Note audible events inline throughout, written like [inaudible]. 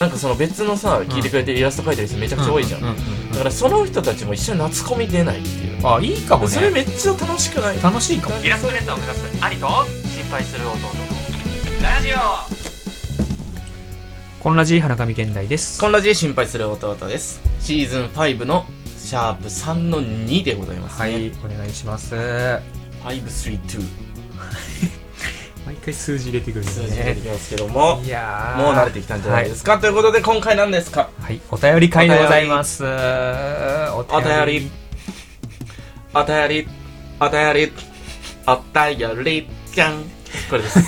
なんかその別のさ聞いてくれてるイラスト描いてる人めちゃくちゃ多いじゃん、ううだからその人たちも一緒に夏コミ出ないっていううんあいいかもそれねめっちゃ楽しくない楽しいかもイラストレーターを目指す兄と心配する弟ラジオこんなじ花神現代ですこんなじ心配する弟ですシーズン5のシャープ3の2でございます、はね、いお願いします532毎回数字入れてくるんです数字がでねきますけども、いやーもう慣れてきたんじゃないですか、ということで今回何ですかはい、お便り会でございます。おお便りお便りお便りお便りじゃんこれです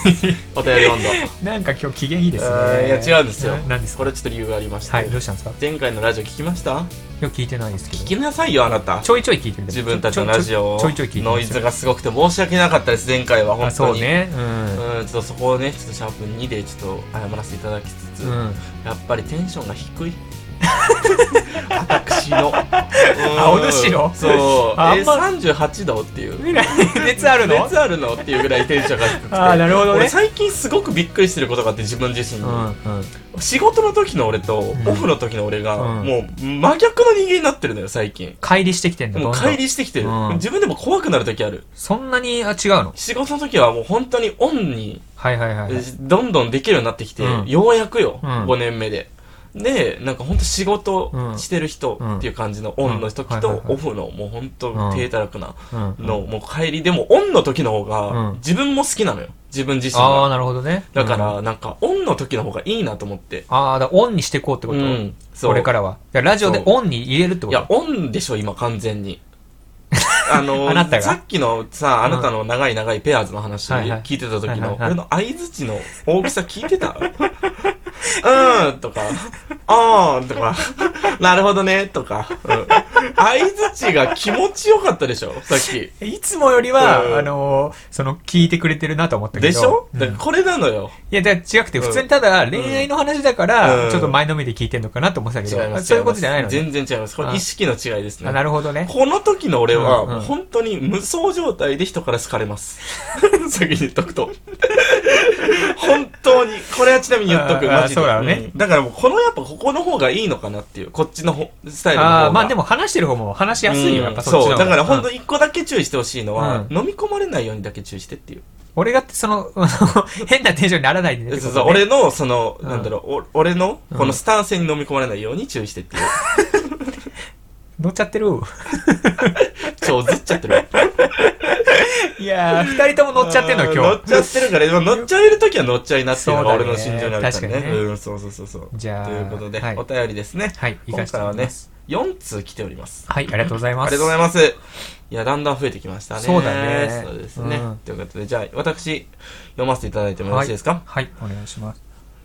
お便り温度なんか今日機嫌いいですあーね。いや違うんですよななんですこかれちょっと理由がありまして、はい、どうしたんですか前回のラジオ聞きました今日聞いてないですけど。聞きなさいよあなたちょいちょい聞いてる自分たちのラジオをちょいちょい聞いてノイズがすごくて申し訳なかったです前回はあ、本そ当うにね。うんちょっとそこをねちょっとシャープ2でちょっと謝らせていただきつつ、うん。うん。やっぱりテンションが [laughs] 低い私のあ私のそうあえあんま38度っていう [laughs] 未来熱あるの熱あるのっていうぐらいテンションが低くてあー、なるほど俺ね。最近すごくびっくりしてることがあって自分自身うに、ん、うん。仕事の時の俺とんオフの時の俺が、うんもう真逆の人間になってるのよ最近乖離してきてんだ、もどうんどん乖離してきてる、うん自分でも怖くなる時あるそんなに、あ、違うの仕事の時はもう本当にオンにはいはいはいはい。どんどんできるようになってきて、うんようやくよ、うん5年目ででなんか本当仕事してる人うんっていう感じのオンの時うんはいとはいはいオフのもう本う当ん低たらくなうんうんのもう帰りでもオンの時の方うがん自分も好きなのよ自分自身ああ、がなるほどね。だかうんらなんかオンの時の方がいいなと思ってああ、だからオンにしていこうってこうとんそうこれからは。いやラジオでオンに入れるってこいとや、オンでしょ、今、完全 [laughs] に。あのあなたがさっきのさ、あなたの長い長いペアーズの話はいはい聞いてた時の、はいはいはい俺の相づちの大きさ聞いて [laughs] たうーんとか、あーんとか、なるほどね、とか。うん相づちが気持ちよかったでしょ、さっき。いつもよりうんは、あのー、その、聞いてくれてるなと思ったけど。でしょ、うんだからこれなのよ。いや、じゃ違くて、うん普通にただ恋愛の話だかうんら、ちょっと前のめりで聞いてんのかなと思ってたけ違いまど、す。そういうことじゃないのね。全然違います。こあれ意識の違いですあね。なるほどね。この時の俺は、うんうん本当に無双状態で人から好かれます。 [laughs] 先に言っとくと。 [laughs] 本当に。これはちなみに言っとく、あーマジで。あーそうだよねんだからもう、このやっぱここの方がいいのかなっていう、こっちのほスタイルの方が。ああ、まあでも話してる方も話しやすいよ、やっぱそっそちのう。方が。だから本う当ん一個だけ注意してほしいのは、う飲み込まれないようにだけ注意してっていう。俺がってその、 [laughs] あの変なテンションにならないでねってこそうとそう、ね。俺の、その、うんなんだろう、お俺の、このうんスタンスに飲み込まれないように注意してっていう。乗っちゃってる。超ずっちゃってるわ。いやー、二人とも乗っちゃってんの、あー乗今っちゃってるから、今乗っちゃえるときは乗っちゃいなっていうのがそう俺だねの心情なんだからね。確かにねうん、そうそうそうそう。日。じゃあ、ということで、はいお、便りですね。はい、行今かせて回もらはいねま、す。 4通来ております。はい、ありがとうございあまりす。がとうございまます。いや、だんだん増えてきましたね。そうだねそうですね。うんということで、じゃあ、私、読ませていただいてもよろしいですか、はい、お願いします。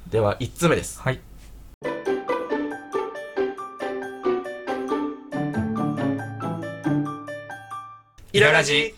では、1通目です。はい。イララジ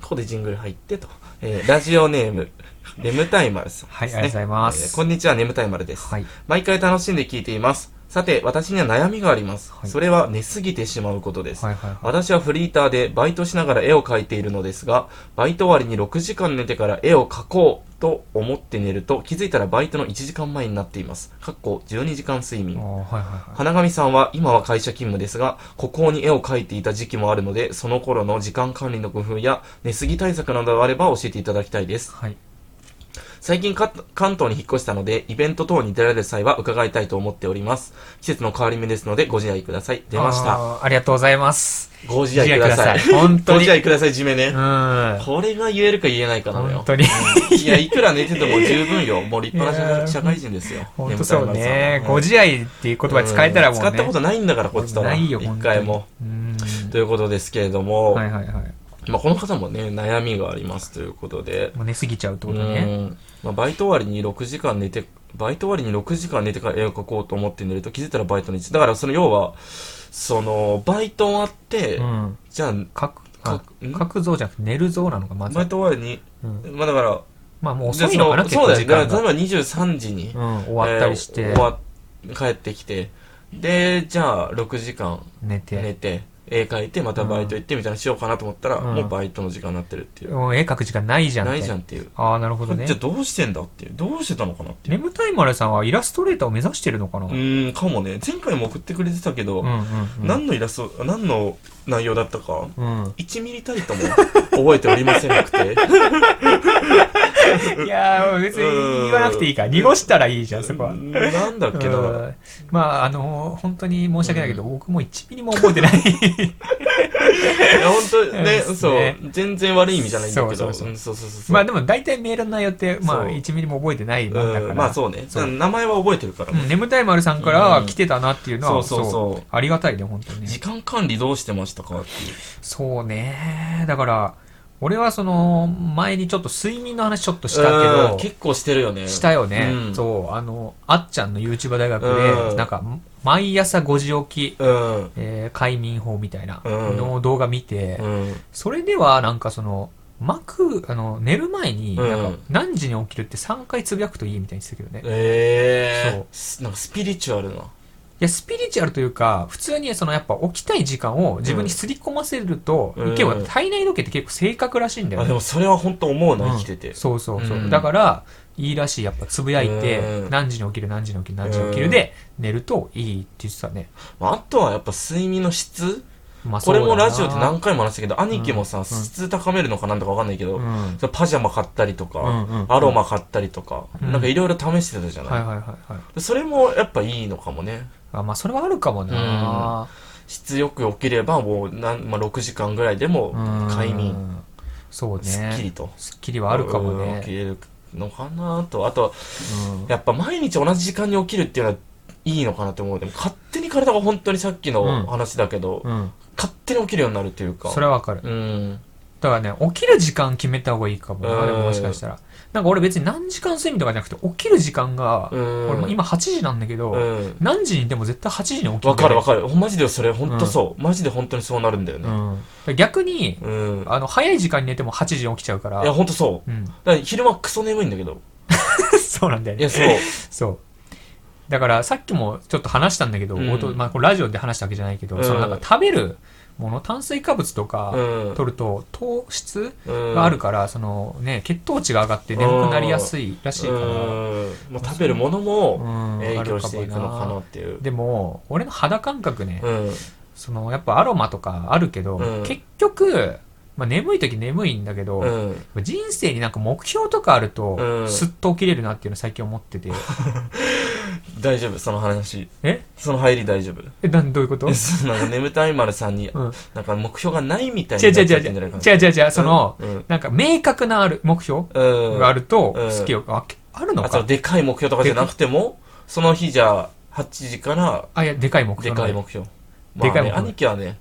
ここでジングル入ってと。えーラジオネーム、眠たい丸さんです、ね。はいありがとうございますこんにちは、眠たい丸です。はい。毎回楽しんで聞いています。さて、私には悩みがあります。はいそれは寝すぎてしまうことです。はいはいはい。私はフリーターでバイトしながら絵を描いているのですが、バイト終わりに6時間寝てから絵を描こうと思って寝ると、気づいたらバイトの1時間前になっています。かっこ12時間睡あー眠。はいはいはい。花神さんは今は会社勤務ですが、孤高に絵を描いていた時期もあるので、その頃の時間管理の工夫や寝すぎ対策などがあれば教えていただきたいです。はい。最近か関東に引っ越したので、イベント等に出られる際は伺いたいと思っております。季節の変わり目ですので、ご自愛ください。出ました。あー。ありがとうございます。ご自愛ください。本当ごに。自愛ください、じめね。う。これが言えるか言えないかなんのよ本。当に。いや、いくら寝てても十分よ。もう立派いなやー社会人ですよ。本当そうね。ご眠たい丸さん自愛っていう言葉使えたらもうね。使ったことないんだから、こっちとは。ないよ、一回も。本当に。ということですけれども、うん。はいはいはい。まあ、この方もね、悩みがありますということで、もう寝すぎちゃうってうことね。んまあ、バイト終わりに6時間寝て、バイト終わりに6時間寝てから絵を描こうと思って寝ると気づいたらバイトの1。だから、その要は、その、バイト終わって、うん。じゃあ、書く、かあん書く像じゃなくて寝る像なのがまずバイ。ト終わりうんに、まあだから、まあもう遅いのかな、じ結ゃあそのそ構うだ時よ。だ間かが。ら、例えば23時にう、ん、終わったりしてえー、終わ帰ってきてでじゃあ6時間寝寝て。て絵描いて、またバイト行ってみたいなのしようかなと思ったら、うんもうバイトの時間になってるっていう。もう絵描く時間ないじゃんって。ないじゃんっていう。ああ、なるほどねじゃ。あどうしてんだっていう。どうしてたのかなっていう。眠たい丸さんはイラストレーターを目指してるのかな、うーん、かもね。前回も送ってくれてたけど、うんうん何のイラスト、何の内容だったか、うん1ミリたりとも覚えておりませんくて。 [laughs] いやー別に言わなくていいから濁したらいいじゃんそこは。なんだっけうな。んまああのー本当に申し訳ないけど、僕も1ミリも覚えてないいや、本当ね、そうっすそうね。全然悪い意味じゃないんだけど。そううんそそうそううそう [laughs] そう。 [laughs] まあでも大体メールの内容ってまそあう1ミリも覚えてないもんだから、うんまあそうね。そう名前は覚えてるからね。うん眠たい丸さんから来てたなっていうのは、うんそうそうそうありがたいね本当に時間管理どうしてましたかっていう。そうねだから俺はその前にちょっと睡眠の話ちょっとしたうんけど結構してるよね。したよね、うんそうあのあっちゃんの YouTuber 大学で、うんなんか毎朝5時起き、うん。えー、快眠法みたいなうんの動画見て、うん。それではなんかその幕あの寝る前にうんなんか何時に起きるって3回つぶやくといいみたいにしてたけどね、いえそうえー。なんかスピリチュアルな。やスピリチュアルというか普通にそのやっぱ起きたい時間を自分にすり込ませると、うんいけば体内時計って結構正確らしいんだよあ、ねでもそれは本当思うな、生きてうんて。そうそうそう、うんだからいいらしいやっぱつぶやいて、うん何時に起きる何時に起きる何時に起きるで寝るといいって言ってたね、まああとはやっぱ睡眠の質まあ、これもラジオっってて何回も話したけど、兄貴もうんさ、質高めるのかなんとかわかんないけど、うんそのパジャマ買ったりとうんうんうか、んアロマ買ったりとか、うんなんかいろいろ試してたじゃはいなはいはいはいい。それもやっぱいいのかもね。あまあそれはあるかもな、質よく起きればもうなん、まあ、6時間ぐらいでもうん快眠、そうねすっきりと。スッキリはあるかもうん起きね、れるのかなと。あと、うんやっぱ毎日同じ時間に起きるっていうのはいいのかなと思う。でも勝手に体が本当にさっきうんの話だけど、うん、勝手に起きるようになるというか。それはわかるうん。だからね起きる時間決めた方がいいかもなうんでももしかしたらなんか俺別に何時間睡眠とかじゃなくて起きる時間が、うん俺も今8時なんだけど、うん。何時にでも絶対8時に起きるんだよわねかるわかる。マジでそれ本当そう、マジで本当にそうなるんだようね。ん、だから逆にうん。いあの早い時間に寝ても8時に起きちゃうからや、本当そう。うん [laughs] だから昼間クソ眠いんだけど。そうなんだよいや、ねそう。そうだからさっきもちょっと話したんだけど、うん冒頭まあ、これラジオで話したわけじゃないけど、うんそのなんか食べるもの炭水化物とか、うん。取ると糖質うんがあるから、そのね、血糖値が上がって眠くなりやすいらしいから、うん。まあ、食べるものうもん影響していくのあかるなもっていう。でも俺の肌感覚ね、うん。そのやっぱアロマとかあるけど、うん結局、まあ、眠い時眠いんだけど、うん。人生になんか目標とかあるうとんすっと起きれるなっていうの最近思って [laughs] て、大丈夫、その話。えその入り大丈夫。えなんどういうことえ、そう、なんか眠たい丸さんに、うんなんか目標がないみたい違うにな違うっち違ゃうってんじゃないかな。違う違う違うその、うん。なんか明確なある目標うん。があるとうん好きよ、ああるのあとかでかい目標とかじゃなくても、その日じゃあ、8時から、あいやでかい目標でなかい目標。でかい目標まあね兄貴はね、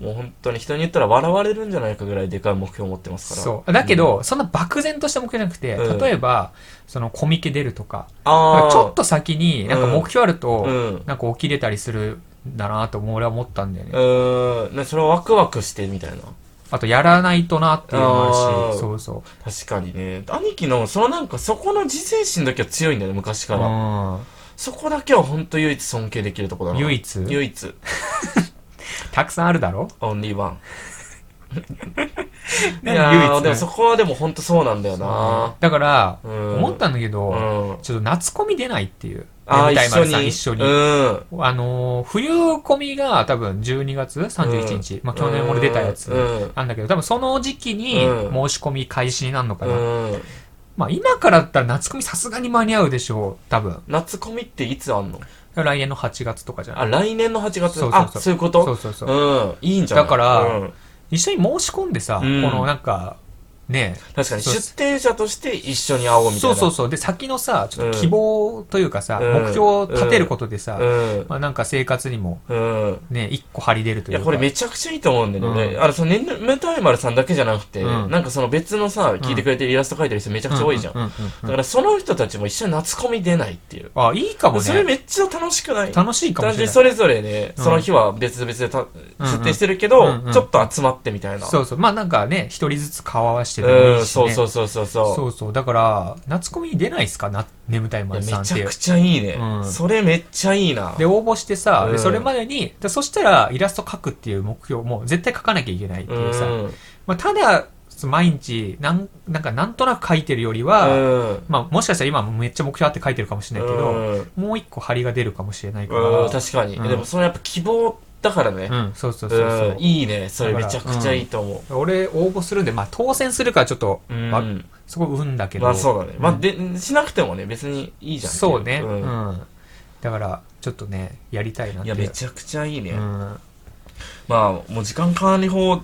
もう本当に人に言ったら笑われるんじゃないかぐらいでかい目標を持ってますから。そう。だけど、そんな漠然とした目標じゃなくて、うん例えば、そのコミケ出るとか、なあんあ。かちょっと先に、なんか目標あると、うん。なんか起きれたりするんだなとも俺は思ったんだよね。うーん。ねそれをワクワクしてみたいな。あと、やらないとなっていうのもあるあーし、そうそう。確かにね。兄貴の、そのなんか、そこの自制心だけは強いんだよね、昔から。うそこだけは本当唯一尊敬できるとこだん、な。唯一唯一。たくさんあるだろオンリーワン。い何や唯一ー、でもそこはでも本当そうなんだよな。だから、うん思ったんだけど、うん。ちょっと夏コミ出ないっていう。ああ、眠たい一緒丸さんに。一緒に。うん。あのー冬コミが多分12月31日、まあ去年俺出たやつうんなんだけど、多分その時期にうん申し込み開始になるのかな。うん。まあ今からだったら夏コミさすがに間に合うでしょう、多分。夏コミっていつあんの来年の8月とかじゃなあ、い来年の8月。そうそうそうあ、そういうことそうそうそう。うん。いいんじゃないだからうん一緒に申し込んでさ、うんこのなんか、ね確かに、そう出店者として一緒に会おうみたいそうな。そうそそう。で、先のさ、ちょっと希望というかさ、うん目標を立てることでさ、うん。まあなんか生活にもうん。ね、一個張り出るといいや、うか。これめちゃくちゃいいと思うんだよね。うんあの、その、ね、メタイマルさんだけじゃなくて、うんなんかその別のさ、聞いてくれてるイラスト描いてる人めちゃくちゃ多いじゃん。ううううだからその人たちも一緒に夏コミ出ないっていう。あ、いいかもそれね。めっちゃ楽しくない楽しいかも単し純にれなそれい。ぞれね、うんその日は別々でたうん出店してるけど、うんうんちょっと集まってみたいな。そうそう。まあなんかね、一人ずつ顔合わしてでもういん、いし、ねそうそうそうそうそう。そうそうだから夏コミに出ないですかな眠たいい丸やさんめっちていゃうくちゃいいね、うんそれめっちゃいいなで応募してさ、うんでそれまでにでそしたらイラスト描くっていう目標もう絶対描かなきゃいけないってういうさ、んまあ、ただ毎日なんなんかなんとなく描いてるよりは、うんまあ、もしかしたら今めっちゃ目標あって描いてるかもしれないけど、うんもう一個張りが出るかもしれないから、うん確かに、うんでもそれやっぱ希望だからね、うん、そうそうそうそう、うんいいねそれめちゃくちゃいいと思う俺応募するんで、まあ、当選するからちょっと、うん、まあ、そこ運だけど、まあそうだね、まあんでしなくてもね別にいいじゃんそうね、ううんんだからちょっとねやりたいなっいてやめちゃくちゃいいね、うん、まあもう時間管理法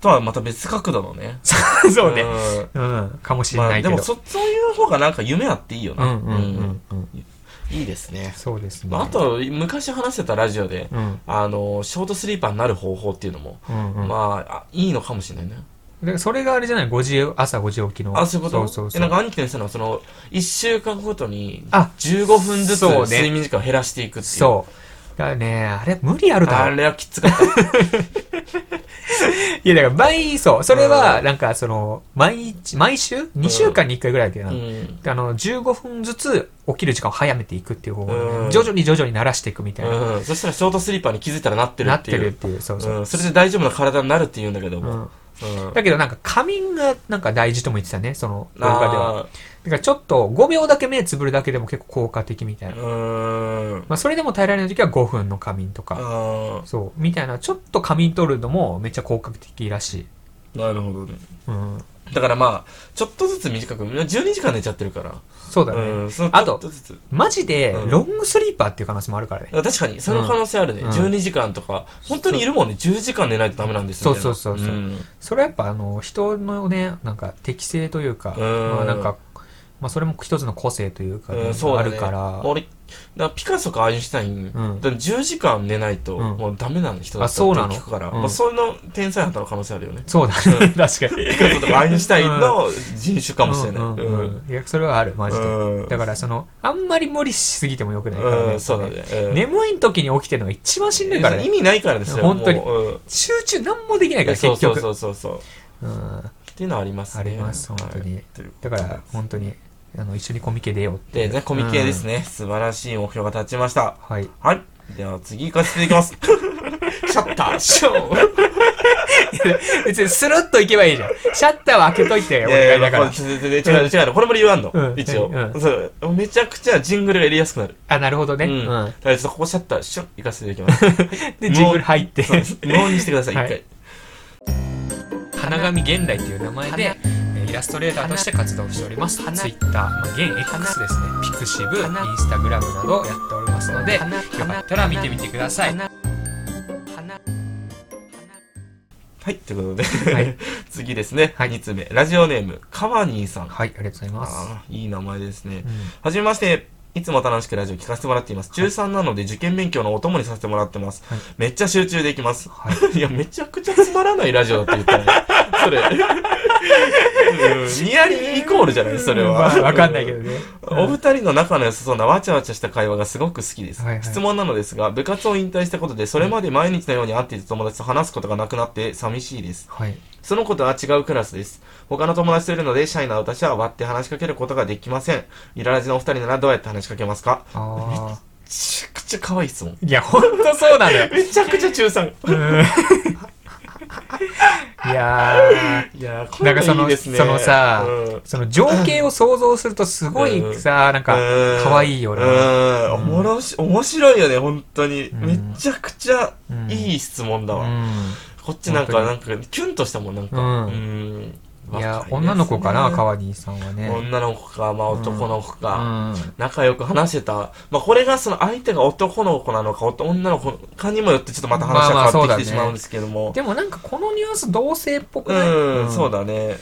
とはまた別角度のね [laughs] そうね、んうん、かもしれまなあいでけど、もそそういう方がなんか夢あっていいよな、うんうんうんうん、いいですね、そうですね、まあ、あと昔話してたラジオで、うんあのショートスリーパーになる方法っていうのも、うんうんまああいいのかもしれないねでそれがあれじゃない5時朝5時起きのあそういうことそうそうえなんか兄貴の言ってたのはその1週間ごとにあ15分ずつそうね睡眠時間を減らしていくっていうそうだからねあれ無理あるだあろれはきつか [laughs] ったいやだから毎そうそれはうんなんかその毎日毎週2週間に1回ぐらいだけどな、うんあの15分ずつ起きる時間を早めていくっていう方法、うん徐々に徐々に慣らしていくみたいな、うん、そしたらショートスリーパーに気づいたらなってるなっっていてうるっていうそうそう、うん、それで大丈夫な体になるって言うんだけどうも、んうんだけどなんか仮眠がなんか大事とも言ってたねその動画ではあだからちょっと5秒だけ目つぶるだけでも結構効果的みたいーな、うーんまあ、それでも耐えられない時は5分の仮眠とか、あそう、みたいな、ちょっと仮眠取るのもめっちゃ効果的らしい。ーなるほどねうん。だからまあちょっとずつ短く12時間寝ちゃってるからそうだね。うん、そのあちょとっずつマジでう、んロングスリーパーっていう可能性もあるからね。確かにその可能性あるね、うん12時間とか本当にいるもんね10時間寝ないとダメなんですよみたいなそうそうそうそうんそれはやっぱ、あの、人のね、なんか適性というか、うんまあなんか、まあそれも一つの個性というかね、うんそうだあねるから、俺だからピカソかアインシュタイン、んだから10時間寝ないとうんもうダメな人だあったそうなのって聞くから、うんまあ、その天才派の可能性あるよねそうだね、 [laughs] 確かに。ピカソとかアインシュタインの人種かもしれない、うんうんうんいや、それはある、マジで。うんだから、その、あんまり無理しすぎてもよくないからね。うんそうだね、うん眠い時に起きてるのが一番しんどいから意ね。味ないからですよ本当にもううん集中なんもできないから、そう結そう局。そうそうそううんっていうのはありますねあります本当にはいというこだとかでら本当にあの一緒にコミケ出ようっていでうねコミケですうんね、素晴らしい目標が立ちましたはいはいでは次行かせていただきます [laughs] シャッターショー別にスルッといけばいいじゃんシャッターは開けといておいや願いいやだいやかこれら全然違う違うのこれも理由あんの、うん一応、うんそうめちゃくちゃジングルがやりやすくなる、あなるほどねううんだんからちょっとここシャッターシュッ行かせていただき [laughs] ますでジングル入ってそうです無音にしてください一は回、い花神現代っていう名前でえーイラストレーターとして活動しております花 Twitter、まあ、現 X ですね Pixiv 花 Instagram などやっておりますのでよかったら見てみてくださいはいということで、はい [laughs] 次ですね、はい2つ目ラジオネームカワニーさんはいありがとうございますあーいい名前ですね、うんはじめまして。いつも楽しくラジオ聞かせてもらっています。中3なので受験勉強のお供にさせてもらってます。はいめっちゃ集中できます。はいい、や、めちゃくちゃつまらないラジオだって言ったね。それ。うんニアリーイコールじゃないそれは。 [laughs] まあわかんないけどねお二人の仲の良さそうなわちゃわちゃした会話がすごく好きです、はいはい質問なのですが部活を引退したことでそれまで毎日のように会っていた友達と話すことがなくなって寂しいですはいその子とは違うクラスです。他の友達といるので、シャイな私は割って話しかけることができません。イララジのお二人ならどうやって話しかけますかああめちゃくちゃ [laughs] 可愛い質問。いや、ほんとそうなのよ。 [laughs] めちゃくちゃ中3。いやいやー、こなれんかそがいのいですね。そのさうんー、その情景を想像するとすごいさ、なんか、可愛いよね。な。うん。おもろし、面白いよね、本当に。んめちゃくちゃうんいい質問だうわ。ん。こっちなんか、な本んか、キュンとしたもん、なんか。うんんい若、やですね女の子かな、川西さんはね。女の子か、まあ男の子か。うん。仲良く話してた。まあ、これがその相手が男の子なのか、おと女の子かにもよってちょっとまた話まあまがあ変わってきそうてしだねまうんですけども。でもなんかこのニュアンス同性っぽうくないん、そうだ。だね。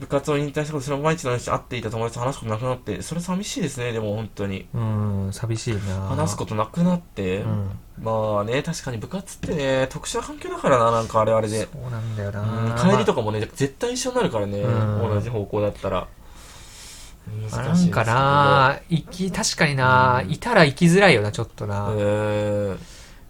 部活を引退したこと、その毎日の日会っていた友達と話すことなくなって、それ寂しいですね、でも本当に。うん、寂しいな。話すことなくなって、うん。まあね、確かに部活ってね、特殊な環境だからな、なんかあれあれで。そうなんだようんな。帰りとかもね、絶対一緒になるからね、うん同じ方向だったら。難しいなですんけどかな、生き、確かにな、いたら生きづらいよな、ちょっとな。えー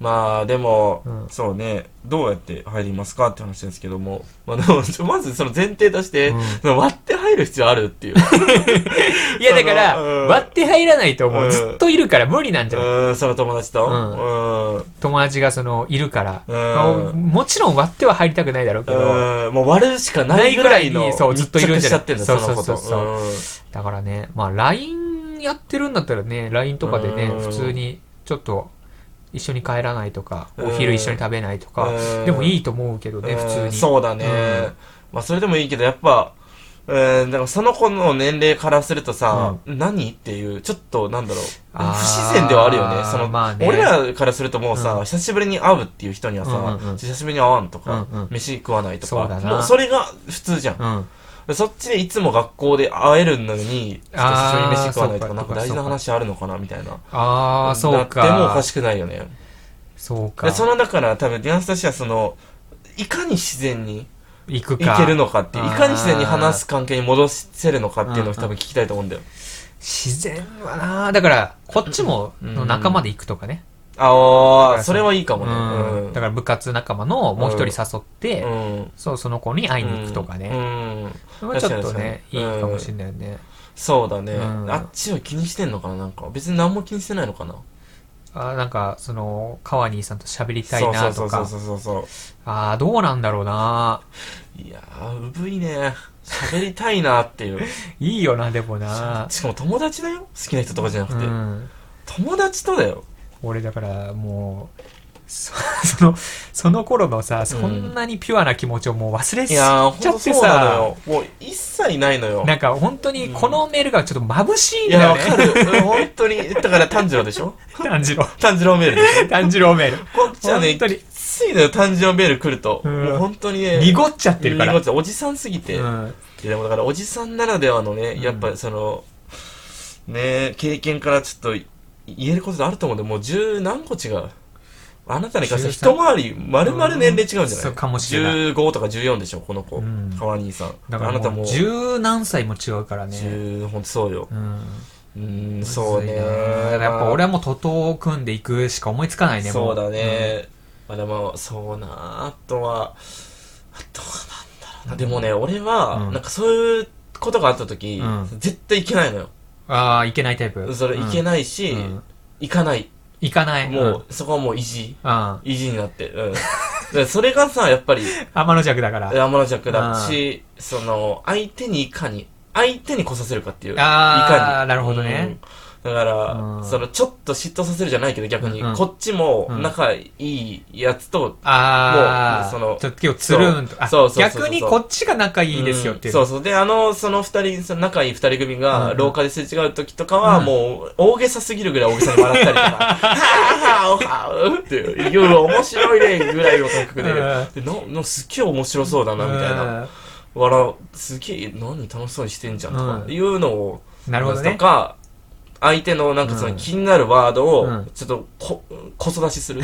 まあでも、うんそうねどうやって入りますかって話ですけども、まあ、でも [laughs] まずその前提として、うんその割って入る必要ある [laughs] っていういやだから、そのうん割って入らないともううんずっといるから無理なんじゃない、うんその友達とううん友達がそのいるから、うんまあもちろん割っては入りたくないだろうけど、うんもう割るしかないぐらいないぐらのいにそうずっといるんじゃない密着しちゃってんだそのことそうそうそううんだからねまあ LINE やってるんだったらね LINE とかでねうん普通にちょっと一緒に帰らないとかうんお昼一緒に食べないとかうんでもいいと思うけどね普通うんにそうだね、うんまあそれでもいいけどやっぱうんでもその子の年齢からするとさ、何っていうちょっとなんだろう不あー自然ではあるよねその、まあね俺らからするともうさ、う久しぶりに会うっていう人にはさ、うんうんうん久しぶりに会わんとか、うんうん飯食わないとそかうだなもうそれが普通じゃんう、んそっちでいつも学校で会えるのにちょっと一緒に飯食わないとあーかなんそうかか大事な話あるのかなみたいなああそうなってもおかかしくないよねそうかでそのだから多分ディアンスとしてはそのいかに自然に行くいかけるのかっていういかに自然に話すあ関係に戻せるのかっていうのを多うんう分聞きたいと思うんだよ。ー自然はなだからこっちもうんの仲間で行くとかねああ、それはいいかもね。うんだから部活仲間のもう一人誘ってうん。そうその子に会いに行くとかうねん。うんそれはちょっとね確いかに確いかにかもしれないねそうだね。うんあっちは気にしてんのかななんか。別に何も気にしてないのかなあなんかその川兄さんと喋りたいなそとうそかうそうそうそうそああどうなんだろうなう。いやー、うぶいね。喋りたいなって [laughs] いう。いいよなでもなしかも友達だよ好きな人とかじゃなうくて。ん友達とだよ。俺だからもうそ [laughs] そのその頃のさそんなにピュアな気持ちをもう忘れいちやー、ゃっほんとてそうなのさよ。もう一切ないのよ。なんか本当にこのメールがちょっと眩しいんいだや、よわかるね。うん本当に。だから炭治郎でしょ [laughs] 炭治郎炭治郎メールでしょ炭治郎メールこっちはね、本当にきついのよ、誕生メール来ると。うんもう本当にね、濁っちゃってるから濁っちゃうおじさんすぎて。うんいやでもだから、おじさんならではのね、んやっぱその、ね、経験からちょっとい言えることあると思うんで、もう十何個違う。あなたに関しては一回り、丸々年齢違うんじゃない、うんそうかもしれない15とか14でしょ、この子。うん川兄さん。だかあなたらももうう、十何歳も違うからね十、ほんとそうよ。うんうん、そうね。むずいなやっぱ俺はもう徒党を組んでいくしか思いつかないねもそうだね、まあでもそうなああとはあとはなんだろうなでもね俺は、うんなんかそういうことがあった時、うん絶対行けないのよああいけないタイプそれ行けいないし、うん行かない行かないもう、んそこはもう意地あ意地になってうんだからそれがさやっぱりあ天の弱だから天の弱だし、その相手にいかに相手に来させるかっていうあーいかになるほどね、うんだから、うんそのちょっと嫉妬させるじゃないけど逆に、うんうんこっちもうん仲いいやつとああもうそのちょっと今日つるんとあそうそうそうそう逆にこっちが仲いいですよっていんう、そうそうであのその二人その仲いい二人組うんがうん廊下ですれ違う時とかは、うんもう大げさすぎるぐらい大げさに笑 [laughs] ったりとか「はあはあはあ」っていう「夜面白いね」ぐらいの感覚でうでななすっげえ面白そうだなみたいなうん笑うすげえ何楽しそうにしてんじゃんとか、うんいうのをなるほどとねか相手のなんかそうのん気になるワードうをんちょっとこ、こそ出しする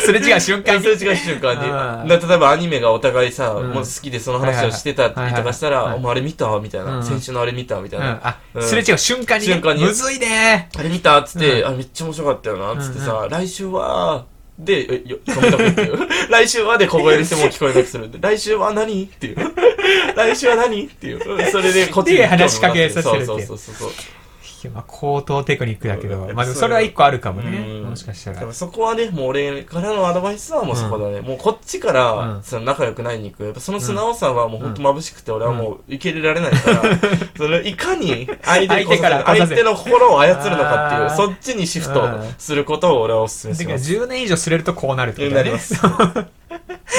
すれ違う瞬間すにれ違う瞬間うんに。だ例えばアニメがお互いさ、うんもう好きでその話をしてたりとかしたはいはら、いはいお前あれ見たみたいな。うん先週のあれ見たみたいうんな。あ、うんすれ違う瞬間に,、瞬間にむずいねあれ見たっつっうて、んあ、めっちゃ面白かったよな。つってうさ、来週は、で、えよ止めとくっていう。来週はで小声にしてもう聞こえなくするんで、 [laughs] 来週は何っていう。 [laughs] 来週は何っていう。それでこっちに興味持たせで話しかけさせるっていうそうそうそうそう。いやまあ高等テクニックだけど、うんまあ、でもそれは一個あるかもね、うんもしかしただかららそこはね、もう俺からのアドバイスはもうそこだね。もうこっちから、うんその仲良くないに行く。やっぱその素直さはもうほんと眩しくて、俺はもう受け入れられないから、 [laughs] そのいかに相手にこそ相手からこさ相せ手るの心を操るのかあっーていう、そっちにシフトすることを俺はお勧めてしかます。 10年以上すれるとこうなるってことなだりねます。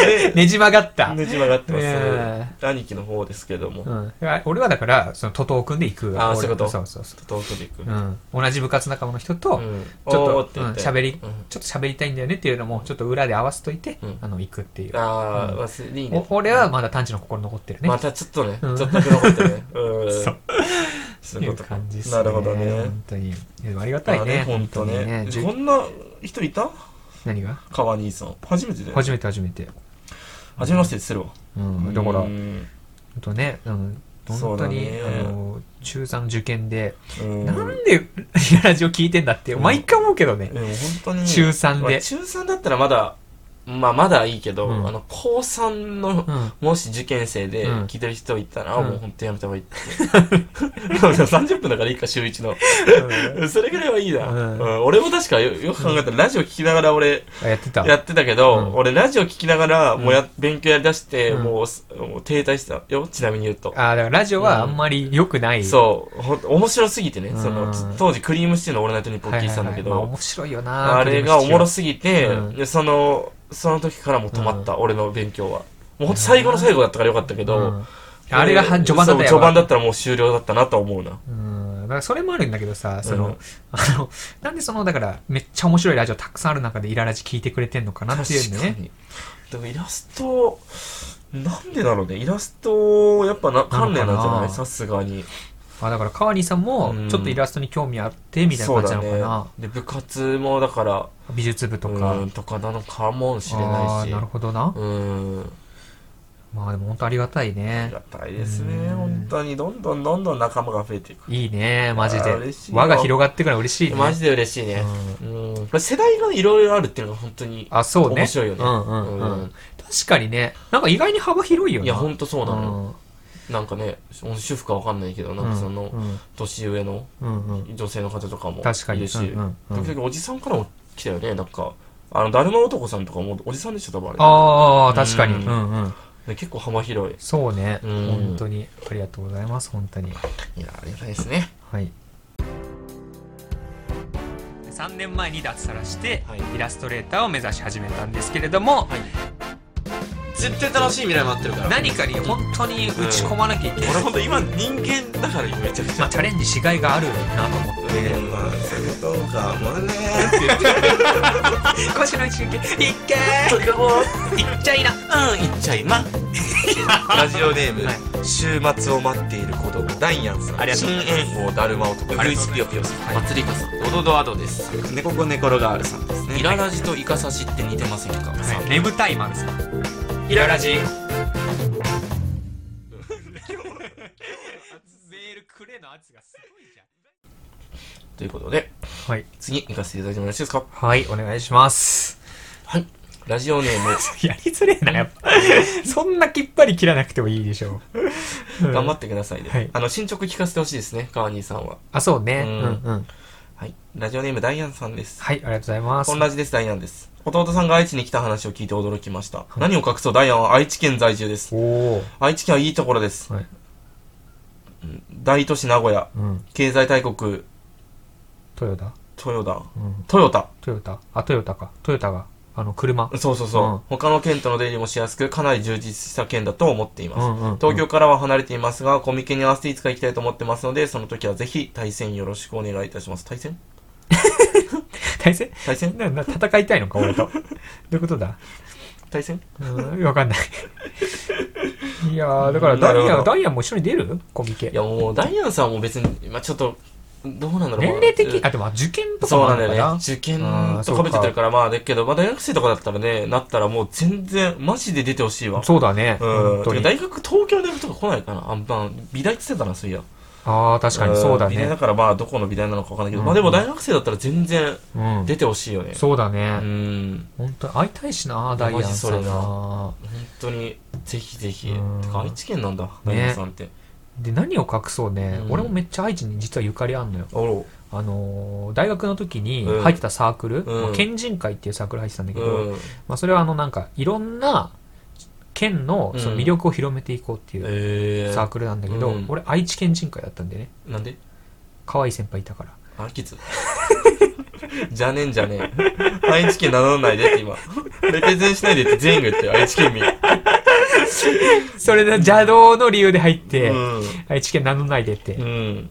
で、ねじ曲がった、ねじ曲がってまねす。兄貴の方ですけどもう、ん、俺はだからその徒党を組んでいくあー俺そういうことそうそうそう遠くで行く。ううんん、同じ部活仲間の人と、ちょっおーとってうん言って喋、り、うんちょっと喋りたいんだよねっていうのも、ちょっと裏で合わせといて、うんあの、行くっていう。あー、うん忘れいいねお。俺はまだ探知の心残ってるね。またちょっとね、ちうょんっとだけ残ってね。うん。 [laughs] そうそっうていいううことか感じですね。なるほどね。本当に。いやでもありがまたいあね。ほんと本当にね。じゅこんな人いた何が川兄さん。初めてだよ。初めて初めて。初めましてでするわ。うん。だから、うほんんとね、うんそう本だ当に、ねあの中3の受験で、うんなんでリアラジオ聞いてんだって毎回思うけどね、でも本当に中三でまあ中3だったらまだまあまだいいけど、うんあの高3の、うんもし受験生でうん聞いてる人いたら、あうんもう本当やめた方がいいって [laughs] でも30分だからいいか週1の [laughs] それぐらいはいいな、うんうん俺も確かよよく考えたら、ラジオ聞きながら俺あやってたやってたけど、うん俺ラジオ聞きながらもうや、勉強やりだして、うんもうすもう停滞したよちなみに言うとあーだからラジオはあんまり良くない、そうほんと面白すぎてね、そのうん当時クリームシチューの「オールナイトニッポン」は聞いいてはいたんはだけいど、まあ、面白いよなあれがおもろすぎて、うんでその、その時からもう止まった、俺の勉強は。もうほんと最後の最後だったからよかったけけど、あれがは序盤だったそうよ序盤だったらもう終了だったなと思うな。うんだからそれもあるんだけどさ、その、うんあの、なんでその、だから、めっちゃ面白いラジオたくさんある中でイララジ聞いてくれてんのかなっていうね。に。でもイラスト、なんでだろうね。イラスト、やっぱな関連なんじゃなのかないなさすがに。あだから、川西さんもうん、ちょっとイラストに興味あって、みたいなそう感じだなのかな。ね。で、部活もだから、美術部とか。うんとかなのかもしれあないーし。なるほどな。うん。まあ、でも本当ありがたいありねが。たいですね。うん本当に、どんどんどんどん仲間が増えていく。いいね、マジあーで嬉しい。よ輪が広がってから嬉しいね。マジで嬉しいね。うん、これ世代がいろいろあるっていうのが本当に。あ、そうね。面白いよねうんうんうん。うん確かにね、なんか意外に幅広いよね。いや、本当そうなのよ。うんなんかね、主婦かわかんないけど、なんかそのう、ん年上のうんうん。女性の方とかも確かいに。るし、うんうんうん時々おじさんからも来たよね、なんか。あの、だるま男さんとかもおじさんでしょ、多分あれ。ああ、確かに。ううんんうん。で結構幅広い。そうね。うん本当に。ありがとうございます。本当に。いや、ありがたいですね。はい。3年前に脱サラして、はいイラストレーターを目指し始めたんですけれども、絶対楽しい未来待ってるか何かに本当に打ち込まなきゃいけない、俺ほんと今人間だからめちゃくちまゃ。あ、チャレンジしがいがあるなと思って、まあ、そういうことかも [laughs] ねーって言って。今週の一撃いっけとかも [laughs] ーいっちゃいなうん、いっちゃいま。ラジオネーム、はい週末を待っている子供、ダイアンさん。ありがとうございます新援護だるま男、あルりイがとうスごピヨピヨさん、はい祭りかさん、ドドドアドです。猫子猫ロガールさんですね。イララジとイカサシって似てませんか、さん眠たいマンさんイララ [laughs] ジメールくれの圧がすごいじゃんということで、はい次行かせていただいてもよろしいですかはいお願いしますはい。ラジオネーム、 [laughs] やりづれえなやっぱそんなきっぱり切らなくてもいいでしょう頑張てってくださいね。はいあの、進捗聞かせてほしいですね、川兄さんは。あそうねううんんうんはい。ラジオネーム、ダイアンさんです。はいありがとうございますこんラジです、ダイアンです。弟さんが愛知に来た話を聞いて驚きました。何を隠そう、ダイアンは愛知県在住です。おお愛知県はいいところです。はい大都市名古屋、うん経済大国、トヨタトヨタ。うんトヨタ。トヨタあトヨタかトヨタがあの車そうそうそう。うん他の県との出入りもしやすく、かなり充実した県だと思っています。うんうんうん東京からは離れていますが、コミケに合わせていつか行きたいと思ってますので、その時はぜひ対戦よろしくお願いいたします。対戦対戦対戦なな戦いたいのか俺とどういうことだ対戦うんわかんない。いやー、だからダイなるヤほどン、ダイヤンも一緒に出るコミケい。やもう、ダイアンさんも別に、まあちょっと、どうなんだろう。年齢的まああ、でも受験とかそうもなあんだるのかよなね。。受験あーとそうかぶかっちゃってるから、まあ、だけど、まあ、大学生とかだったらね、なったらもう全然、マジで出てほしいわ。そうだね。うん。本当てかに。大学、東京の大学とか来ないかな。あんまあ、美大って言ってたな、そういや。ああ、確かにそうだん美大だね。からまあどこの美大なのかわかんないけど、うんまあでも大学生だったら全然うん。出てほしいよね。そうだうね。ん。本当に会いたいしな、ダイヤンさマんジそれな。本当に、ぜひぜひ。うんてか愛知県なんだ、大学さんって。で、何を隠そうねう。ん俺もめっちゃ愛知に実はゆかりあんのよ。あろあのー、大学の時にうん入ってたサークル、うんまあ県人会っていうサークル入ってたんだけうど、ん。まあそれはあの、なんか、いろんな県のその魅力を広めていこうっていう。えサーー。クルなんだけど、うん俺愛知県人会だったんでねなんで可愛い先輩いた [laughs] からあ、きつ。じゃねえんじゃねえ。愛知県名乗らないでって今。レペゼンしないでって全員が言ってよ愛知県民。それで邪道の理由で入って、う愛知県名乗んないでって、ん。うん。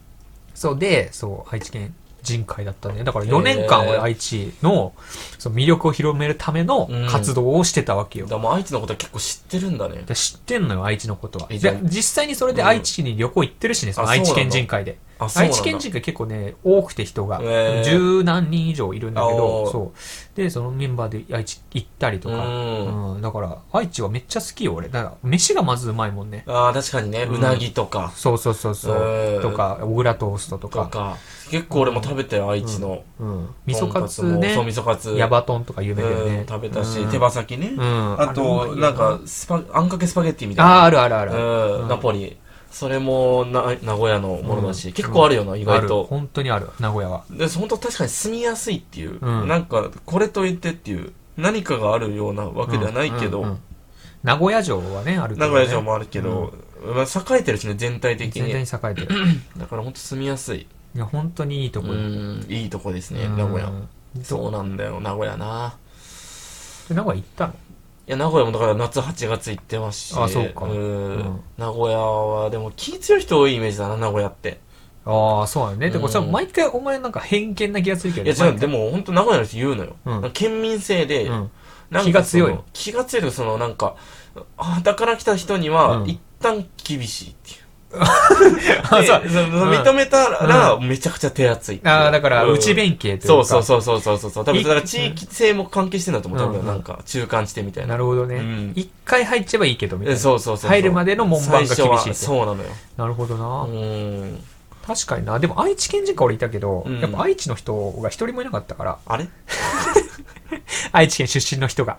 そうでそう愛知県人会だったんでだから4年間へー俺愛知のその魅力を広めるためのうん活動をしてたわけよ、だからもう愛知のことは結構知ってるんだね。で知ってんのよ愛知のことはえでじゃあ実際にそれで愛知に旅行行ってるしね、その愛知県人会で、あ、あ、そうな愛んだ。知県人が結構ね多くて人がへー十何人以上いるんだけおどーそうでそのメンバーで愛知行ったりとうか、ん。うん、だから愛知はめっちゃ好きよ俺だから飯がまずうまいもんねああ、確かにね、うんうなぎとか。そうそうそうそへーうとか小倉トーストととかか。結構俺も食べたよ、愛知の。うん、味噌カツとんかつもねそう、味噌カツ。ヤバトンとか有名だようねん食べたうし、ん手羽先ねう。んあと、なんか、スパ、あんかけスパゲッティみたいあーな。あるあるある、う、うんんナポリ。それも、な、名古屋のものだし、結構あるよな、意あ外ると。本当にある名古屋はで、本当確かに住みやすいっていう、うんなんか、これといってっていう、何かがあるようなわけではないけど、うんうんうん名古屋城はねあるけど、名古ね、屋城もあるけど、まあ栄えてるしね、全体的全然に。栄えてるだから本当住みやすい。いや本当にいいとこうよん、いいとこですね、うん名古屋。そうどなんだよ、名古屋な。で名古屋行ったのいや、名古屋もだから夏8月行ってますし。あそうかんうん名古屋は、でも気強い人多いイメージだな、名古屋って。ああそうだよね、でうもんさ毎回お前なんか偏見な気がするけいどや、違う、でも、も本当名古屋の人言うのよ。うんなんか県民性で、うんなんかその気が強い。気が強いというかそのなんか、あだから来た人にはう、ん一旦厳しいっていう。 [laughs] あでそうそのうん認めたら、めちゃくちゃ手厚いっていう。あーだからうん内弁慶というか、そうそうそうそうそうそう。多分、いだから地域性も関係してんだと思う。多う分、んなんか、中間地点みたいなな。るほどうねん一、回入っちゃえばいいけどみたいえなそうそうそうそう。入るまでの門番が厳しい最初はってそうなのよ。なるほどな、うん。確かになでも愛知県人か俺いたけど、うんやっぱ愛知の人が一人もいなかったからあれ愛知県出身の人が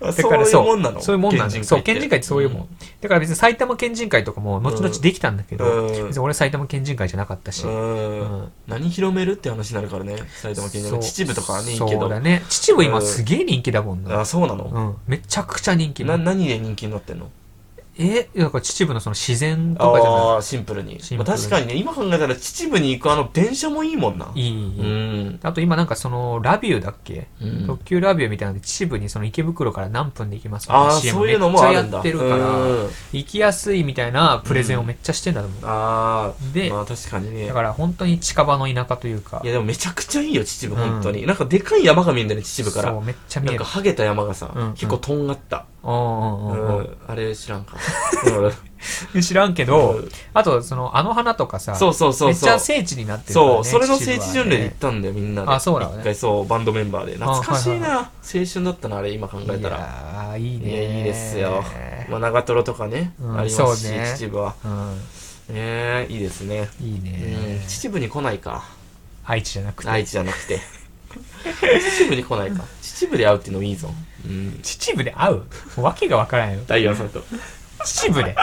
あだそかうらいうもんなのそういうもんなのそう県人会ってそういうもん、ん。だから別に埼玉県人会とかも後々できたんだけど、うん別に俺埼玉県人会じゃなかったし、う。うんん何広めるって話になるからね。埼玉県人そう会。秩父とかはね、いいけそうど。だね秩父今うんすげえ人気だもんな、あ、そうなのうん、めちゃくちゃ人気な、何で人気になってんのえだから秩父のその自然とかじゃなああー、シンプルに。シンまプあルに確かにね、今考えたら秩父に行くあの電車もいいもんな。いいいい、ういいん。あと今なんかそのラビューだっけ、うん特急ラビューみたいなので秩父にその池袋から何分で行きますみたいあなあ、 CM そういうのもあるんめっちゃやだ。ってるかうんら行きやすいみたいなプレゼンをめっちゃしてんだと思う、ああ、でまあ確かにねだ。から本当に近場の田舎というかいやでもめちゃくちゃいいよ、秩父、うん本当に。なんかでかい山が見えんだよね、秩父かそうら。めっちゃ見なんえるかハゲた山がさ、うん結構とんがった。うんううんうんうんん。あれ知らんか。知らんけうど、んあとそのあの花とか [laughs] さそうそうそめうっちゃそう。聖地になってるから、ね、そう、それの聖秩地父は巡ね礼で行ったんだよ、みんなで。あそうだね一回そう、バンドメンバーで。懐かしいあはいな。青春だったな、あれ、今考えたら。いやーいいいねや、いいですよ。まあ、長瀞とかね、うんありますし、そうね秩父は。うねえ、いいですね。んいいうんね秩父に来ないか。愛知じゃなくて愛知じゃなくて。 [laughs] 秩父に来ないか。秩父で会うっていうのもいいぞ。うん。秩父で会うもうわけがわからんよダイヤさんと。秩父で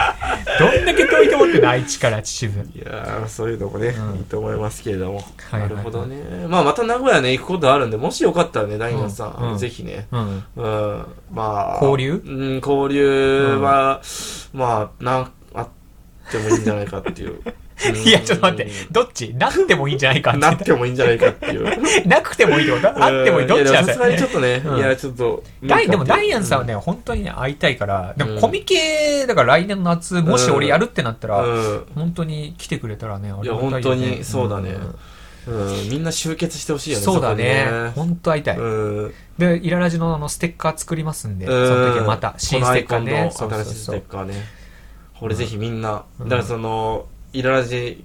どんだけ遠いと思ってんの愛知から秩父いやー、そういうのもね、うんいいと思いますけれども。はいはいはいなるほどね。まあ、また名古屋ね、行くことあるんで、もしよかったらね、ダイヤさん、うんぜひね。うんうん。まあ。交流うん、交流は、まあ、なん、あってもいいんじゃないかって [laughs] いう。いやちょっと待ってどっちなってもいいんじゃないかうっんてなってもいいんじゃないかっていう。なくてもいいってこと [laughs] あってもいいどっやちやでさすがにちょっとね、うんいや、ちょっと。ダイでもダイアンさんははね、本当にね、会いたいから、でうもんコミケ、だから来年の夏、もし俺やるってなったら、うん。本当に来てくれたらね、あいりや、がたいよ本ね当に、そうだねん。うん、みんな集結してほしいよね。そうだそね。こ本当会いたい。にねうん。で、イララジのあのステッカー作りますんで、そうんの時また、新ステッカーね。このアイコンの新しいステッカーね。これぜひみんな、うんだからその、イララジ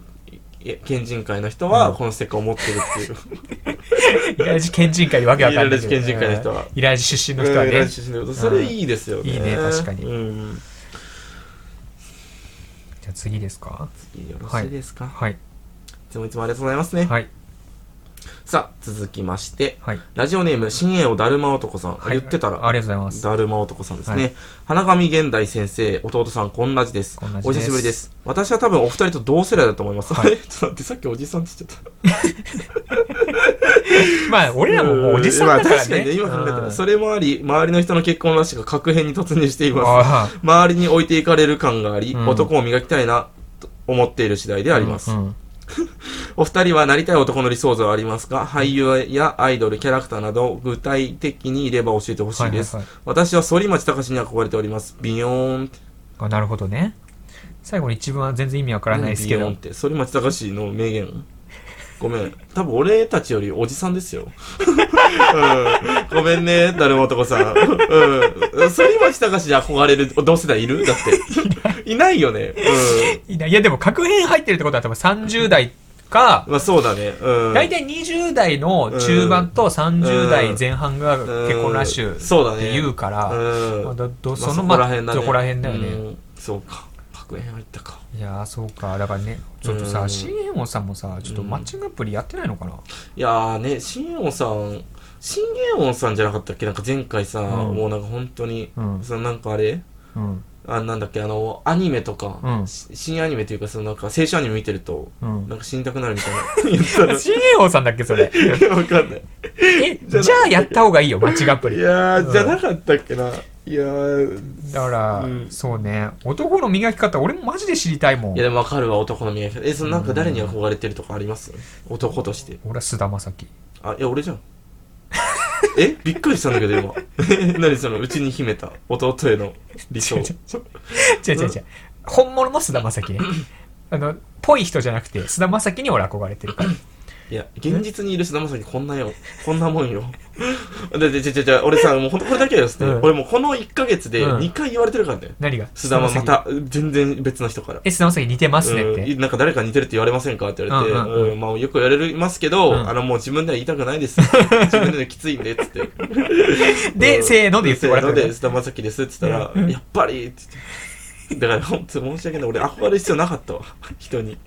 県人会の人は、うんこのステッカーを持ってるっていう。イララジ県人会でわけわかんないけど。イララジ県人会の人はイララジ出身の人はうんイララねジ。出身の人それいいですよね。いいね確かにうん。じゃあ次ですか次よろしいですか。はい。いつもいつもありがとうございますね。はい。さあ、続きまして、はい。ラジオネーム、新栄をだるま男さん。はい言ってたら、ありがとうございます。だるま男さんですね。はい花神現代先生、弟さん、こんなじです。こんなじおで久すしぶりです。私は多分お二人と同世代だと思います。はいあ [laughs] れちょっと待って、さっきおじさんって言っちゃっまあ、俺た。らももうおじさんだかまあら確かにね。ね、今考えたうら。んそれもあり、周りの人の結婚らしく、確変に突入しています。ああ周りに置いていかれる感があり、うん男を磨きたいな、と思っている次第であります。うんうんお二人はなりたい男の理想像はありますか俳優やアイドル、キャラクターなど、具体的にいれば教えてほしいです。はいはい私は反町隆史に憧れております。ビヨーンって。あなるほどね。最後の一文は全然意味わからないですけビヨどーンっ。て、反町隆史の名 [laughs] 言。ごめん。多分俺たちよりおじさんですよ。うん、ごめんね、だるま男さん。うん、反町隆史で憧れる同世代い [laughs] るだって。いないよね。いないいや、でも、確変入ってるってことは多分30代か、まあそうだね。うん。大体20代の中盤と30代前半がうん結婚ラッシュそうだっね。て言うから、うんまあだどまあそのそまこあら辺だね。そこら辺だよね。うん。そうか。白煙入ったか。いやーそうかだからねちょっとうさん新右衛門さんもさちょっとマッチングアプリやってないのかな、いやーね、新右衛門さん、新右衛門さんじゃなかったっけなんか前回さ、んもうなんか本当に、うんそのなんかあれうんあなんだっけあの、アニメとか、うんし新アニメというか、そのなんか青春アニメ見てると、うんなんか死にたくな [laughs] るみたいな。言ったの新右衛門さんだっ [laughs] けそれいやわかんない。えじゃあやった方がいいよマッチングアプいリだやー、うんじゃなかったっけな。いやー、から、うんそうね男の磨き方俺もマジで知りたいもんいやでもわかるわ、男の見え方。え、そのなんか誰に憧れてるとかあります男として。俺は菅田将暉あ、いや、俺じゃん。えびっくりしたんだけど、今。 [laughs] え何その、うちに秘めた弟への理想。 [laughs] 違う違う違う本物の菅田将 [laughs] 暉ねあのぽい人じゃなくて菅田将暉に俺憧れてるからいや、現実にいる菅田将暉こんなよ。こんなもんよ。 [laughs] だって、ちょちょちょ、俺さ、もうほんとこれだけはですね、うん俺もうこの1ヶ月でうん2回言われてるからね。何が菅田将暉暉また、全然別の人から。え菅田将暉似てますねって、うん、なんか誰か似てるって言われませんかって言われて、ううんうんうんんまあ、よく言われますけど、うんあのもう自分では言いたくない [laughs] です自分ではきついんでっつってで、せーので言ってもらっせーのてでる菅田将暉ですって言ったら、うんやっぱりって言ってだから本当申し訳ない俺憧れる必要なかったわ人に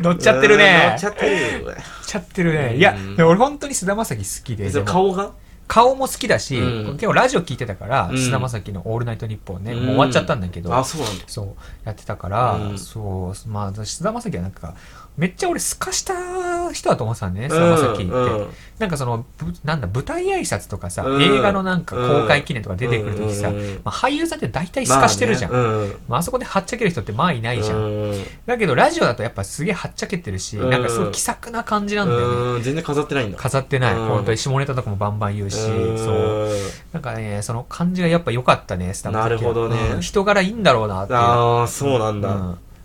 乗っ [laughs] ちゃってるうんね乗っちゃってるよ乗っちゃってるねいやうんでも俺本当に菅田将暉好きでそのでも顔が顔も好きだし、うん今日ラジオ聞いてたから、うん菅田将暉の「オールナイトニッポンね」うんもう終わっちゃったんだけど、あそうなんだそうやってたから、うんそうまあ私菅田将暉はなんかめっちゃ俺すかした人だと思ってたんね菅田将暉って、うんなんかそのぶなんだ舞台挨拶とかさ、うん映画のなんか公開記念とか出てくるときさ、うんうんうんまあ、俳優さんって大体すかしてるじゃん、まあまあねうんあそこではっちゃける人ってまあいないじゃん、うんだけどラジオだとやっぱすげえはっちゃけてるし、うんなんかすごい気さくな感じなんだよね、うん全然飾ってないんだ飾ってない、うん本当に下ネタとかもバンバン言うし、うんそうなんかねその感じがやっぱ良かったねスタバなるほどねうん人柄いいんだろうなっていうああそうなんだ、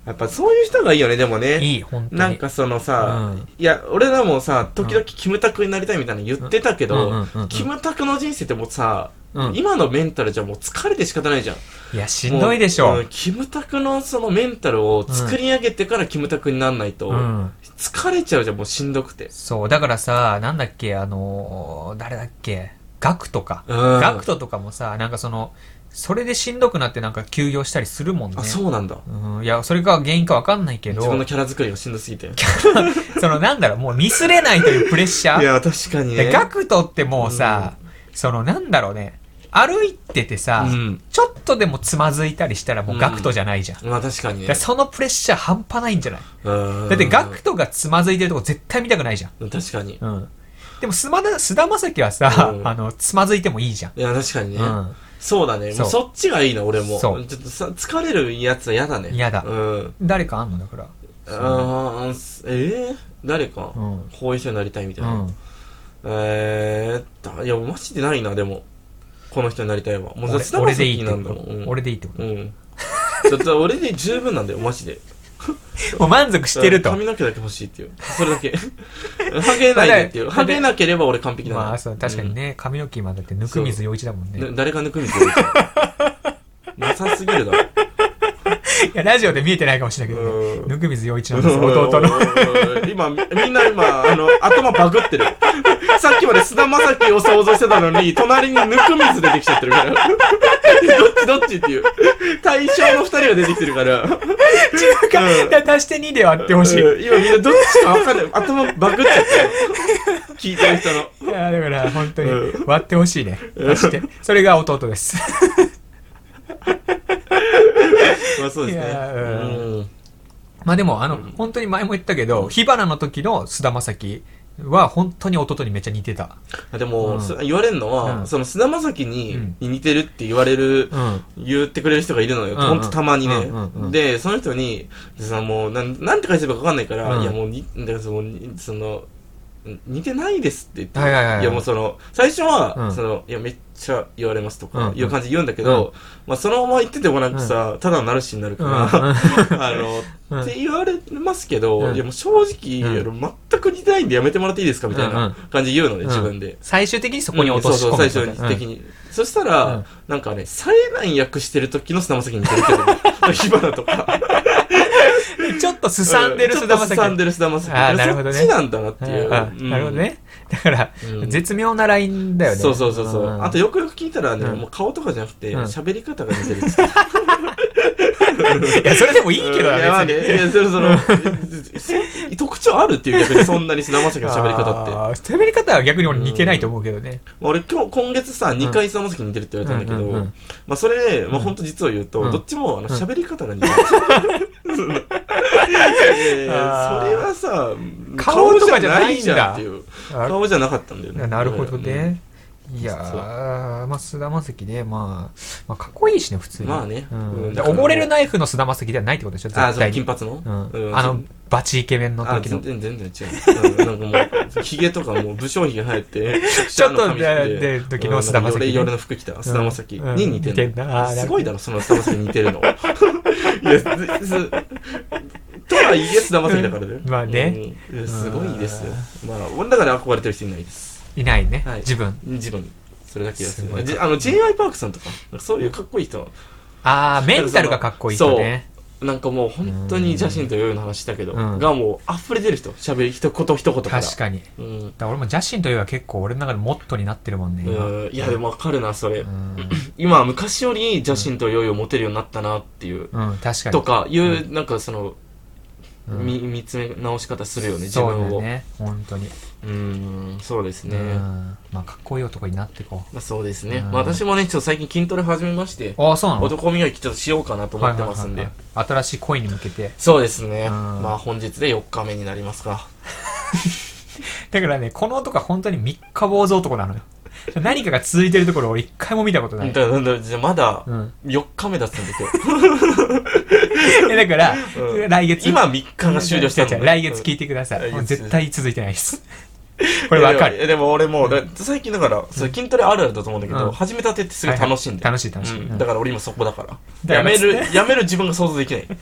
やっぱそういう人がいいよねでもうんねいい本当になんかそのさ、うんいや俺らもさ時々キムタクになりたいみたいなの言ってたけど、うんうんうんうんキムタクの人生ってもうさ、うん今のメンタルじゃもう疲れて仕方ないじゃんいやしんどいでしょもううんキムタクのそのメンタルを作り上げてからキムタクになんないと、うん疲れちゃうじゃんもうしんどくてそうだからさなんだっけあのー誰だっけガクトか、うんガクトとかもさなんかそのそれでしんどくなってなんか休業したりするもんねあそうなんだうん、いやそれが原因かわかんないけど自分のキャラ作りがしんどすぎていそのなんだろうもうミスれないというプレッシャーや確かにねでガクトってもうさ、そのなんだろうね歩いててさ、うんちょっとでもつまずいたりしたらもうガクトじゃないじゃん、まあ確かにだからねそのプレッシャー半端ないんじゃないだだってガクトがつまずいてるとこ絶対見たくないじゃん、確かにいうん、でも菅田菅田将暉はさ、うんあのつまずいてもいいじゃん、や確かにね、うん、そうだね。そうもうそっちがいいな、俺も。ちそょうっとさ、疲れるやつは嫌だね。嫌だうん。誰かあんのだからあーすえー、誰か、うんこういう人になりたいみたいな。うんえーっと、いや、マジでないな、でも。この人になりたいわ。もう、俺菅田俺将でいい暉ってなこんだもん。とうん俺でいいってこうん。ちょっと俺で十分なんだよ、マジで。ともう満足してると髪の毛だけ欲しいっていう。それだけ。 [laughs] ハゲないでっていう。まあだハゲなければ俺完璧なんだ。まあそう確かにね、髪の毛今だってぬくみず陽一だもんうねん。な誰が抜くみたいな。なさすぎるだろ。いやラジオで見えてないかもしれないけどねうんぬくみず陽一なんですよ [laughs] 弟のうん [laughs] 今みんな今あの頭バグってる [laughs] さっきまで菅田将暉を想像してたのに隣にぬくみず出てきちゃってるから [laughs] どっちどっちっていう対象の二人が出てきてるから中華、うんいや足して2で割ってほしい。うん今みんなどっちか分かんない頭バグっちゃってる聞いてる人のいやだから本当にう割ってほしいね。足して。それが弟です。まあそうですねいやうんうんまあでもあの、本当に前も言ったけど、火花の時の菅田将暉は本当に弟にめっちゃ似てた。でも、うんそ言われるのは、うんその菅田将暉に,、うんに似てるって言われるうん。言ってくれる人がいるのよ。うんうんほんとたまにね。うんうんうんで、その人に、そのもうなん、なんて返せばいいかわかんないから、うんいやもうに、だからその、にその、ん似てないですって言って、はいはいはいやもうその、最初は、うんその、いやめっちゃ言われますとうんかう、んいう感じで言うんだけど、まあそのまま言っててもなんかさ、ただのナルシになるうかん。ら、 [laughs] あうんの、って言われますけど、うんいやもう正直、ういや全く似てないんでやめてもらっていいですかみたいうんうんな感じで言うのね、うん自分で。最終的にそこに落とし込む、そうそう最終的に。に、そしたうんら、なん [laughs] かね冴えない役してる時の菅田将暉に似てるけどね火花とかちょっとすさんでるちょっ菅と田す将暉さんでる菅田将暉あーなるほどねそっちなんだなっていう、あうんなるほどね。だから、うん絶妙なラインだよね。そうそうそうそう。んあとよくよく聞いたらね、うんもう顔とかじゃなくて、うん喋り方が似てる。いいや、それでも [laughs] いいけどいや、まな、あね、別に。いや、そろ [laughs] そろ、せ特徴あるっていう逆にそんなに菅田将暉の喋り方って。あー喋り方は逆に俺似てないと思うけどね。俺今日、今月さ、2回菅田将暉に似てるって言われたんだけど、うんうんうんまあそれ、まあ本当実を言うと、うんどっちもあのうん喋り方が似てる。 [laughs] いやいやいやあーそれはさ、顔とかじゃない顔んだじゃないっていう。あ顔じゃなかったんだよね。なるほどうん。ね。いやー、まあ、菅田将暉ね、まあ、まあ、かっこいいしね、普通に。まあねうんうんで溺れるナイフの菅田将暉ではないってことでしあ、ょ、絶そう、対金に。髪の、ううんんあの、バチイケメンのあ、時の全。然、全然違う。うんなんかもう、ヒゲとかもう、武将髭生えて、 [laughs] ちょっとシャアの髪着てでで時の菅田うんなんかヨ将暉ねレヨレの服着た、菅田将暉うんに似てる似てんなあーすごいだろ、その菅田将暉に似てる [laughs] の。いや、す、すとはいえ菅田将暉だからね。まあねうん。うんすごいですよ。まあ、俺だから憧れてる人いないです。いないね、はい自分。自分。それだけですすごいね。じあの、J.I. パークさんとか、なんかそういうかっこいい人、あー、メンタルがかっこいい人ね。なんかもう本当に邪神というような話だけど、うんがもう溢れてる人、喋り一言一言から。確かに。だかうん。ら俺もジャシンといえば結構俺の中でモットーになってるもんね。今うんいや、でもわかるな、それう。ん今、昔より邪神と余裕を持てるようになったなっていう、うん、確かに。とか、いう、なんかその、うんみ見つめ直し方するよね、自そうだ分よを。ね、本当に。うん、そうですねう。んまあ、かっこいい男になってこう。まあそうですね。うんまあ私もね、ちょっと最近筋トレ始めまして、ああ、そうなの男磨きちょっとしようかなと思ってますんはでい。はいはいはい新しい恋に向けて。そうですね。うんまあ本日で4日目になりますか。だからね、この男は本当に三日坊主男なのよ。何かが続いてるところを俺一回も見たことない。だだだじゃあまだうん。 4日目だったんですよ。いやだから、うん来月。今3日が終了した違う違 [laughs] のう来月聞いてくださ来い。月もう絶対続いてないです。これわかいる。やでも俺もう、だ最近だから、それ筋トレあるあるだと思うんだけうど、ん始めたてってすごい楽しいんだよ。楽しい楽しい。うんうんだから俺今そこだから。だやからめる、やめる自分が想像できない。 [laughs]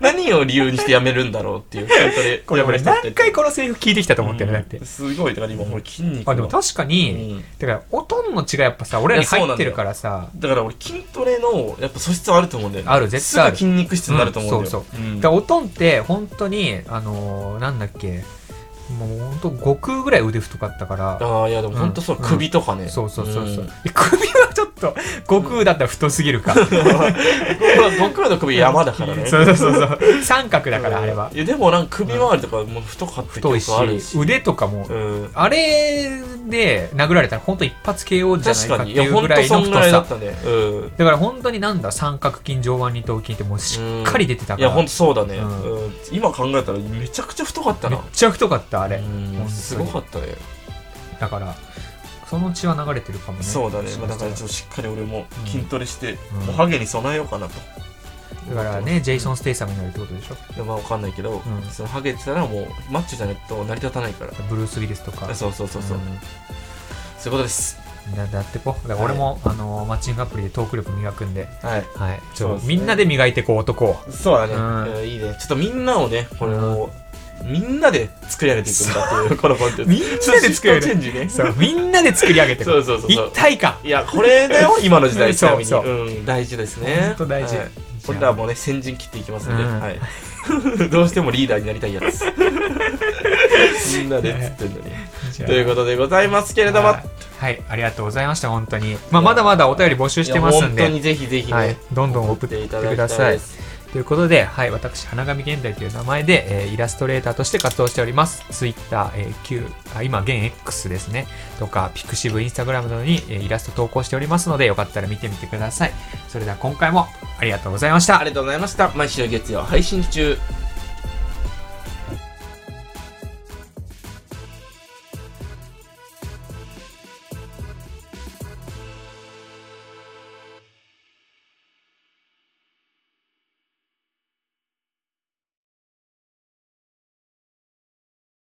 何を理由にしてやめるんだろうっていう筋ト [laughs] こレれやめる俺人って。何回このセリフ聞いてきたと思ってるうんだって。すごい、だから今もう筋肉があ、でも確かに、うんだから、おとんの血がやっぱさ、俺らに入ってるからさ、だから俺筋トレの、やっぱ素質はあると思うんだよね。ある絶対あるすぐ筋肉質になると思うんだよ。うんそうそう。だからおとんって本当に、あのーなんだっけ、もう本当悟空ぐらい腕太かったから、ああ、いやでも本当そう、うん首とかね。そうそうそうそう、ん [laughs] 首はちょっと悟空だったら太すぎるか、僕らの首山だからね。 [laughs] そうそうそうそう三角だからあれはいやでもなんか首周りとかもう太かった記太いし憶あるし。腕とかも、うん。あれで殴られたら本当一発 KO じゃな確いかかってに。いや、いうぐ本ら当いそのん太ぐらいださったね。うん。だから本当になんだ三角筋上腕二頭筋ってもうしっかり出てたいかや、ら、ほんとそうだね。うんうん今考えたらめちゃくちゃ太かっためっな。ちゃ太かったあれ、う本当んにすごかったね。だからその血は流れてるかもねそうだね。もしまあだかかしたららちょっとしっかり俺も筋トレしてうん、おはげに備えようかなと。だからねジェイソン・ステイサムになるってことでしょいや。まあわかんないけどん、そのハゲてたらもうマッチョじゃないと成り立たないから。ブルース・ウィリスとかそうそうそうそう。んそういうことです。なやってこうだから俺も、あのーマッチングアプリでトーク力磨くんで、はい。はい、ちそうょ、ですねみんなで磨いてこう男を [laughs] そうだね、うんうんいいねちょっとみんなをねこれを、みんなで作り上げていくんだ [laughs] っていうこのコンテンツみんなで作りシフ上げてトチェンジねそうみんなで作り上げてこそうそうそうそう一体感いやこれだ [laughs] よ今の時代ちなみにそうそん、大事ですねほんと大事はいじゃあこれらもね先陣切っていきますんで、うんはい [laughs] どうしてもリーダーになりたいや [laughs] つみんなでっつってんのにじゃあということでございますけれどもはいはいありがとうございました本当に、まあ、まだまだお便り募集してますんいや本当でにぜひぜひね、はい、どんどん送っていただきたいですすということで、はい、私、花神現代という名前で、えーイラストレーターとして活動しております。ツイッター、えー、旧あ今、現 X ですね。とか、ピクシブ、インスタグラムなどに、えーイラスト投稿しておりますので、よかったら見てみてください。それでは今回もありがとうございましたあ。りがとうございました毎週月曜配信中